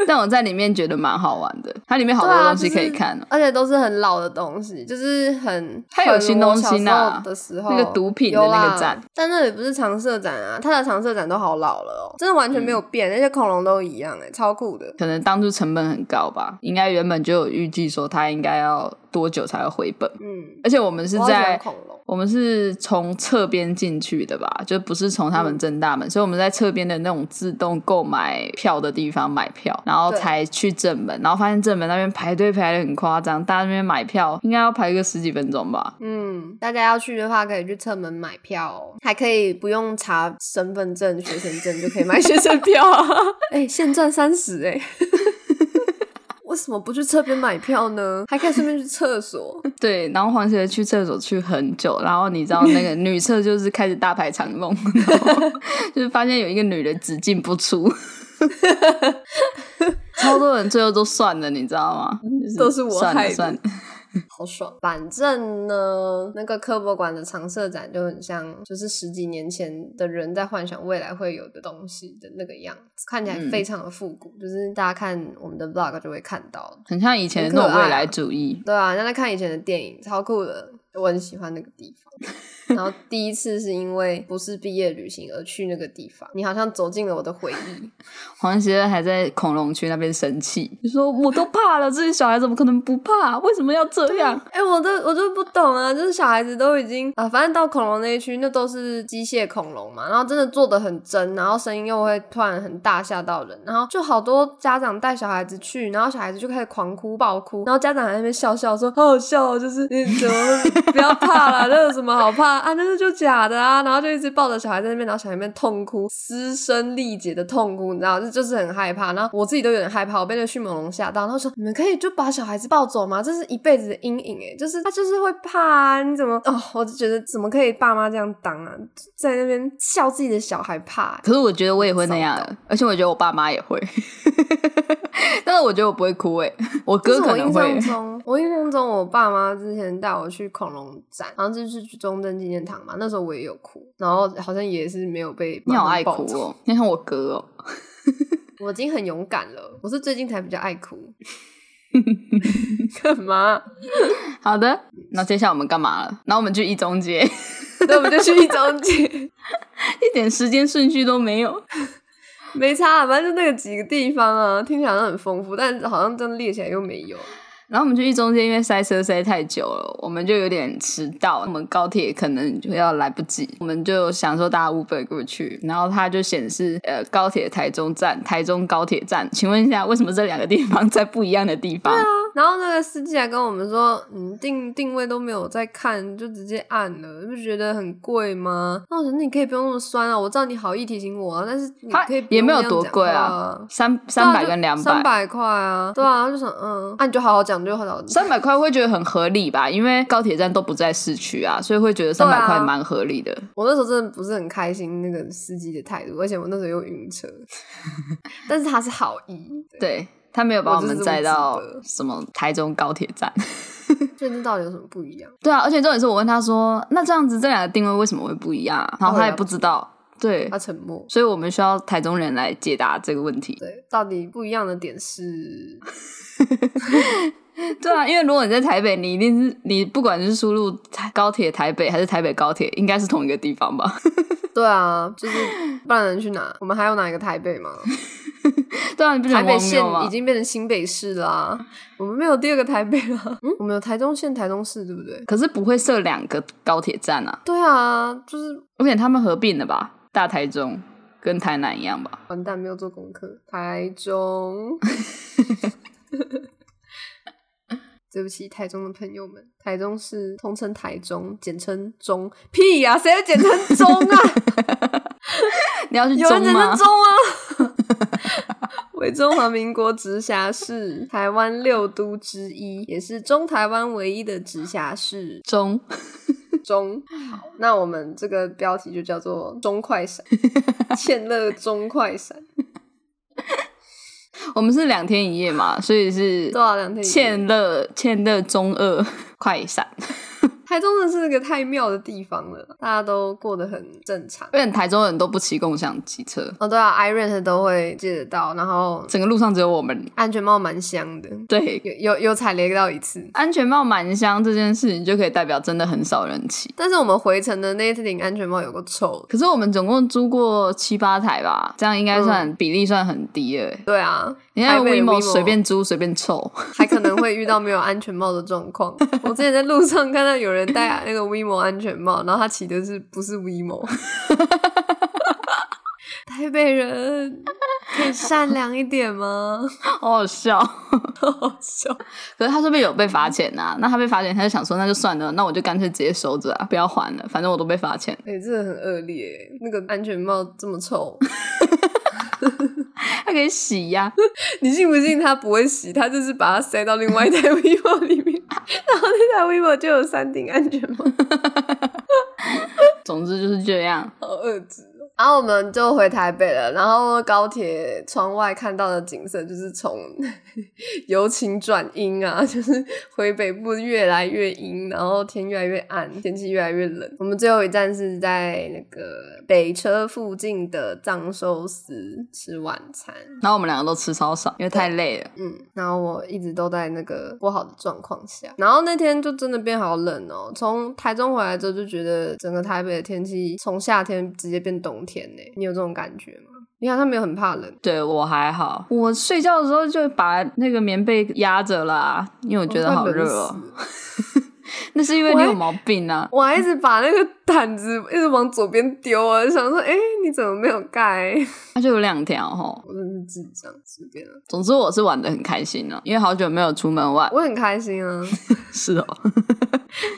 但我在里面觉得蛮好玩的，它里面好对多啊东西可以看哦、而且都是很老的东西，就是很它有新东西呢呢。我小时候的时候那个毒品的那个展有啦但那里不是常设展啊，它的常设展都好老了哦，真的完全没嗯有变，那些恐龙都一样哎、超酷的。可能当初成本很高吧，应该原本就有预计说它应该要多久才会回本，嗯，而且我们是我好喜欢在恐龙。我们是从侧边进去的吧，就不是从他嗯们正大门，所以我们在侧边的那种自动购买票的地方买票，然后对才去正门，然后发现正门那边排队排的很夸张，大家那边买票应该要排个十几分钟吧。嗯，大家要去的话，可以去侧门买票哦，还可以不用查身份证、学生证就可以买 (laughs) 学生票、 (laughs) 啊。哎、现赚三十哎， (laughs) 为什么不去侧边买票呢？还可以顺便去厕所。 (laughs) 对，然后黄学去厕所去很久，然后你知道那个女厕就是开始大排长龙， (laughs) 然后就是发现有一个女的只进 (laughs) 不出，超多人最后都算了，你知道吗？ (laughs) 就都是我算害了的算了，好爽。反正呢，那个科博馆的常设展就很像，就是十几年前的人在幻想未来会有的东西的那个样子，看起来非常的复古，就是大家看我们的 vlog 就会看到很像以前的很那可种未爱来啊主义。对啊，像在看以前的电影，超酷的，我很喜欢那个地方。然后第一次是因为不是毕业旅行而去那个地方，你好像走进了我的回忆。黄学还在恐龙区那边生气，就说我都怕了，这些小孩怎么可能不怕？为什么要这样？哎、我都我就不懂啊，就是小孩子都已经啊，反正到恐龙那一区，那都是机械恐龙嘛，然后真的做的很真，然后声音又会突然很大吓到人，然后就好多家长带小孩子去，然后小孩子就开始狂哭爆哭，然后家长还在那边笑笑说好好笑、哦，就是你怎么不要怕啦，那有什么好怕啊？那是就假的啊，然后就一直抱着小孩在那边，然后小孩在那边痛哭，嘶声力竭的痛哭，你知道，这就是很害怕，然后我自己都有点害怕，我被那个迅猛龙吓到，然后说你们可以就把小孩子抱走吗？这是一辈子的阴影哎、就是他就是会怕啊，你怎么 (laughs) 哦？我就觉得怎么可以爸妈这样当啊，在那边笑自己的小孩怕、可是我觉得我也会那样糟糕，而且我觉得我爸妈也会， (laughs) 但是我觉得我不会哭诶、我哥可我能印象会。中，我印象中，我爸妈之前带我去恐龙展，好像就是去中正纪念堂嘛。那时候我也有哭，然后好像也是没有被你妈好妈爱抱哭走。哦，你看我哥哦，我已经很勇敢了，我是最近才比较爱哭。干嘛？好的，那接下来我们干嘛了？然后我们去一中街， (laughs) (laughs) 那我们就去一中街，一点时间顺序都没有。没差、啊，反正就那个几个地方啊，听起来好像很丰富，但好像真的列起来又没有。然后我们去一中街，因为塞车塞太久了，我们就有点迟到，我们高铁可能就要来不及，我们就想说搭 Uber 过去，然后它就显示呃 (laughs) 高铁台中站、台中高铁站，请问一下为什么这两个地方在不一样的地方？啊然后那个司机还跟我们说，嗯，定定位都没有在看，就直接按了，不觉得很贵吗？那我想，那你可以不用那么酸啊，我知道你好意提醒我啊，但是你它可以不也用没有那样多讲贵话啊，三三百跟两三百。百块啊，对啊，就想嗯，那、你就好好讲，就好好三百块会觉得很合理吧？因为高铁站都不在市区啊，所以会觉得三百块蛮合理的。我那时候真的不是很开心那个司机的态度，而且我那时候又晕车，但是他是好意，对，对他没有把我我就是们这么载到记得什么台中高铁站。所以这到底有什么不一样？对啊，而且重点是我问他说，那这样子这两个定位为什么会不一样、啊？然后他也不知道。对他，沉默，所以我们需要台中人来解答这个问 (laughs) 题。对，到底不一样的点是，对啊，因为如果你在台北，你一定是你不管是输入台高铁台北还是台北高铁，应该是同一个地方吧？ (laughs) 对啊，就是不然能去哪？我们还有哪一个台北吗？对啊，你不觉台得很北荒县谬吗？已经变成新北市啦、我们没有第二个台北了，嗯，我们有台中县、台中市，对不对？可是不会设两个高铁站啊，对啊，就是而且他们合并了吧？大台中跟台南一样吧？完蛋，没有做功课。台中，对不起，台中的朋友们，台中是通称台中，简称中。屁呀、谁会简称中啊？ (laughs) 你要去有人中简吗称？中啊？ (laughs) 为中华民国直辖市，台湾六都之一，也是中台湾唯一的直辖市。中，中，好，那我们这个标题就叫做“中快 (laughs) 闪”，欠乐中快闪，我们是两天一夜嘛，所以是多少啊两天一夜？欠乐欠乐中二快闪。台中真的是个太妙的地方了，大家都过得很正常。而且台中人都不骑共享机车，哦，对啊，iRent 都会借得到，然后整个路上只有我们。安全帽蛮香的，对，有有有踩雷到一次。安全帽满箱这件事情就可以代表真的很少人骑。但是我们回程的那一顶安全帽有个臭的，可是我们总共租过七八台吧，这样应该算、比例算很低了欸。对啊，你看台北的 WeMo WeMo 随便租随便凑，还可能会遇到没有安全帽的状况。我之前在路上看到有人戴那个 WeMo 安全帽，然后他骑的是不是 WeMo？台北人可以善良一点吗？好好笑。好笑。可是他这边有被罚钱啊，那他被罚钱，他就想说那就算了，那我就干脆直接收着啊，不要还了，反正我都被罚钱。哎、真的很恶劣，那个安全帽这么臭， (laughs) 他可以洗呀、你信不信他不会洗？他就是把它塞到另外一台 (laughs) vivo 里面，然后那台 vivo 就有三顶安全帽，总之就是这样。好恶质哦。然后我们就回台北了，然后高铁窗外看到的景色就是从 (laughs) 由晴转阴啊， (laughs) 就是回北部越来越阴，然后天越来越暗，天气越来越冷。我们最后一站是在那个北车附近的藏寿司吃晚餐。然后我们两个都吃超少，因为太累了。嗯，然后我一直都在那个不好的状况下，然后那天就真的变好冷哦。从台中回来之后，就觉得整个台北的天气从夏天直接变冬天呢。你有这种感觉吗？你好像没有很怕冷，对我还好，我睡觉的时候就把那个棉被压着啦，因为我觉得好热哦、我快冷死了。那是因为我你还有毛病啊。我还一直把那个毯子一直往左边丢啊，想说，哎、你怎么没有盖？ (laughs) 它就有两条吼。我真是智障，随便了。总之我是玩的很开心了、因为好久没有出门玩。我很开心啊， (laughs) 是哦，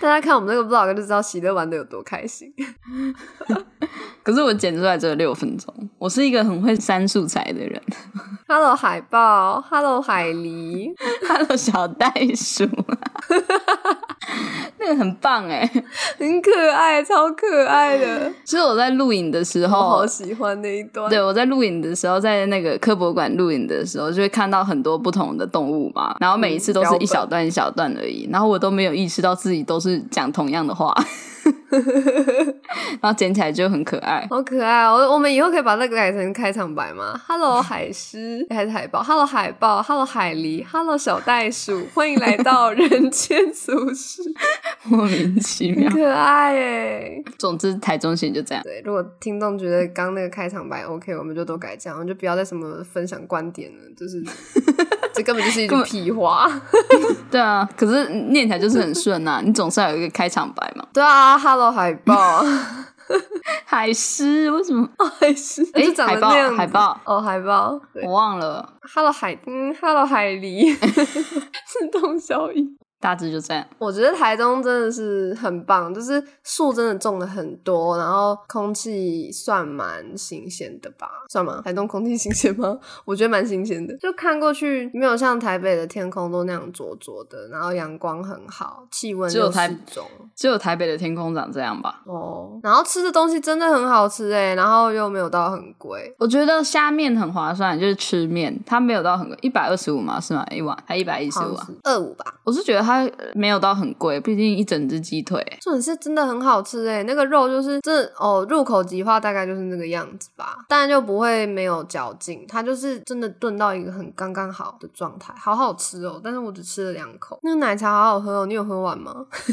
大家看我们那个 vlog 就知道喜乐玩的有多开心。 (laughs) 可是我剪出来只有六分钟。我是一个很会删素材的人。 (laughs) Hello 海豹，Hello 海狸， Hello，小袋鼠，啊 (laughs) 那个很棒哎。很可爱，超可爱的。其实我在录影的时我好候，喜欢那一段。哦对，我在录影的时候，在那个科博馆录影的时候，就会看到很多不同的动物嘛，然后每一次都是嗯一小段一小段而已，然后我都没有意识到自己都是讲同样的话， (laughs) 然后剪起来就很可爱。好可爱哦！我我们以后可以把那个改成开场白吗？Hello (laughs) 海狮还是海豹？Hello 海豹，Hello 海狸，Hello 小袋鼠， (laughs) 欢迎来到人间俗 (laughs) 世，莫名其妙。可爱耶！总之，台中县就这样。对，如果听众觉得刚那个开场白 OK，我们就都改这样，我们就不要再什么分享观点了，就是 (laughs) 这根本就是一句根本屁话。对啊，可是念起来就是很顺啊，你总是要有一个开场白嘛。 (laughs) 哦对啊，Hello 海豹海狮为什么？海狮，诶 (laughs) 就长得那样子海豹海哦，海豹，对我忘了， ，Hello 海，嗯，Hello 海 (laughs) 狸，是洞小蚁。大致就这样。我觉得台中真的是很棒，就是树真的种了很多，然后空气算蛮新鲜的吧？算吗？台东空气新鲜吗？ (laughs) 我觉得蛮新鲜的，就看过去没有像台北的天空都那样灼灼的，然后阳光很好，气温只有又台适中。只有台北的天空长这样吧？哦，然后吃的东西真的很好吃诶，然后又没有到很贵，我觉得虾面很划算，就是吃面，它没有到很贵，一百二十五嘛，是吗？一碗还一百一十五啊？二五吧。我是觉得它呃没有到很贵，毕竟一整只鸡腿。重点是真的很好吃哎，那个肉就是这哦，入口即化，大概就是那个样子吧，但就不会没有嚼劲，它就是真的炖到一个很刚刚好的状态，好好吃哦。但是我只吃了两口，那个奶茶好好喝哦，你有喝完吗？ (laughs)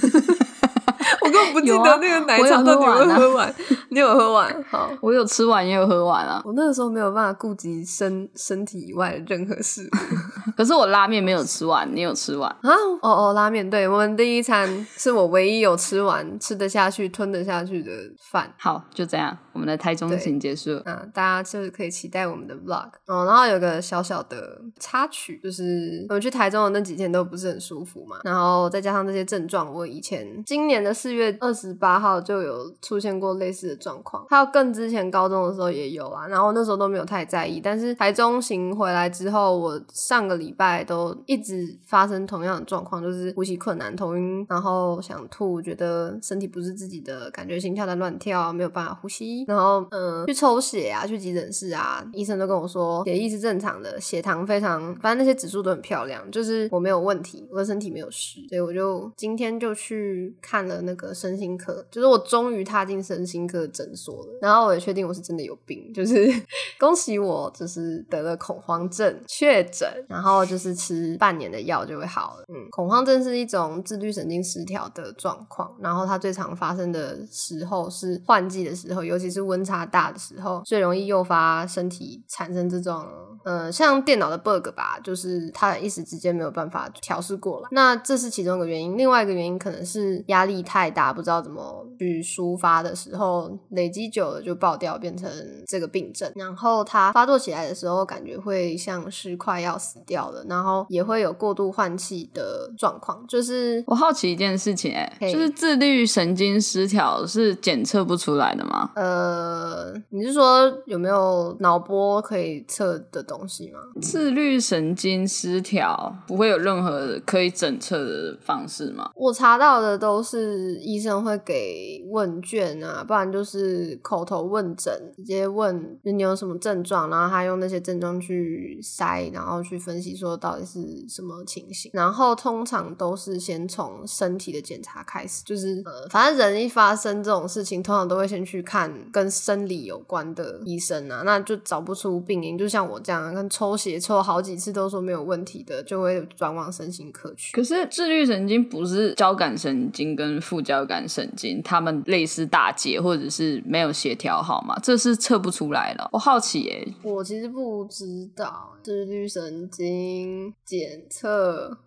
我根本不记有啊得那个奶我有茶喝到底有没有完啊喝完，你有喝 (laughs) 完？好，我有吃完也有喝完啊，我那个时候没有办法顾及身身体以外的任何事 (laughs) 物。可是我拉面没有吃完，你有吃完？啊，哦哦，拉面，对我们第一餐是我唯一有吃完、吃得下去、吞得下去的饭。好，就这样，我们的台中对行结束了。那大家就是可以期待我们的 vlog 哦。然后有个小小的插曲，就是我去台中的那几天都不是很舒服嘛，然后再加上这些症状，我以前今年的四月二十八号就有出现过类似的状况，还有更之前高中的时候也有啊。然后那时候都没有太在意，但是台中行回来之后，我上个礼拜都一直发生同样的状况，就是呼吸困难、头晕，然后想吐，觉得身体不是自己的，感觉心跳在乱跳，没有办法呼吸，然后嗯、呃去抽血啊，去急诊室啊，医生都跟我说血液是正常的，血糖非常，反正那些指数都很漂亮，就是我没有问题，我的身体没有事，所以我就今天就去看了那个身心科，就是我终于踏进身心科诊所了，然后我也确定我是真的有病，就是 (laughs) 恭喜我，就是得了恐慌症确诊，然后就是吃半年的药就会好了。嗯，恐慌症是一种自律神经失调的状况，然后它最常发生的时候是换季的时候，尤其是温差大的时候，最容易诱发身体产生这种。呃，像电脑的 bug 吧，就是它嗯一时之间没有办法调试过来，那这是其中一个原因。另外一个原因可能是压力太大，不知道怎么嗯去抒发的时候，累积久了就爆掉，变成这个病症。然后它发作起来的时候，感觉会像是快要死掉了，然后也会有过度换气的状况，就是我好奇一件事情、欸，嘿就是自律神经失调是检测不出来的吗？呃，你是说有没有脑波可以测的东西吗？自律神经失调不会有任何可以检测的方式吗？我查到的都是医生会给问卷啊，不然就是口头问诊，直接问你有什么症状，然后他用那些症状去筛，然后去分析说到底是什么情形。然后通常都是先从身体的检查开始，就是呃，反正人一发生这种事情，通常都会先去看跟生理有关的医生啊，那就找不出病因。就像我这样啊，跟抽血抽好几次都说没有问题的，就会转往身心科去。可是自律神经不是交感神经跟副交感神经，它们类似打结或者是没有协调好吗？这是测不出来了。我好奇耶、我其实不知道自律神经检测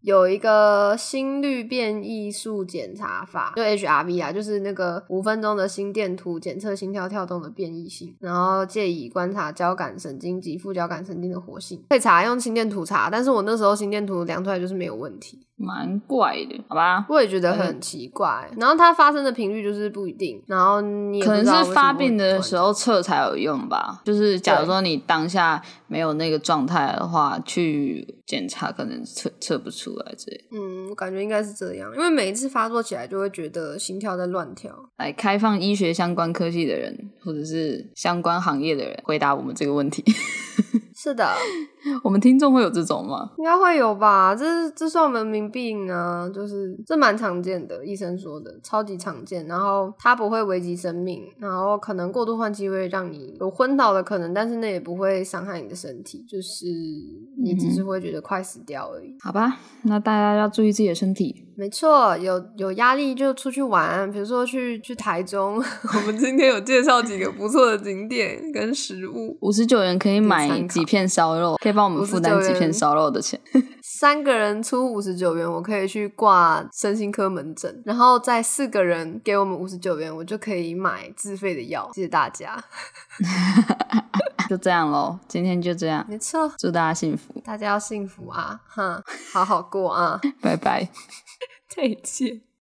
有一个心率变异数检查法，就 HRV 啊，就是那个五分钟的心电图检测心跳跳动的变异性，然后借以观察交感神经及副交感神经的活性。可以查用心电图查，但是我那时候心电图量出来就是没有问题，蛮怪的，好吧？我也觉得嗯很奇怪。然后它发生的频率就是不一定，然后你也不可能知道是为什发么病会突的然时候测才有用吧。就是假如说你当下没有那个状态的话，去检查可能测测不出来之类的。嗯，我感觉应该是这样，因为每一次发作起来就会觉得心跳在乱跳。来开放医学相关科系的人，或者是相关行业的人回答我们这个问题。 (laughs) 是的，我们听众会有这种吗？应该会有吧？这是这算文明病啊，就是这蛮常见的，医生说的超级常见。然后它不会危及生命，然后可能过度换气会让你有昏倒的可能，但是那也不会伤害你的身体，就是你只是会觉得快死掉而已。好吧，那大家要注意自己的身体。没错，有有压力就出去玩，比如说去去台中， (laughs) 我们今天有介绍几个不错的景点跟食物。五十九元可以参买考几片烧肉，可以帮我们负担59几片烧肉的钱。 (laughs) 三个人出五十九元，我可以去挂身心科门诊，然后再四个人给我们五十九元，我就可以买自费的药。谢谢大家，就这样喽，今天就这样，没错，祝大家幸福，大家要幸福啊，哈，好好过啊，拜拜。再见。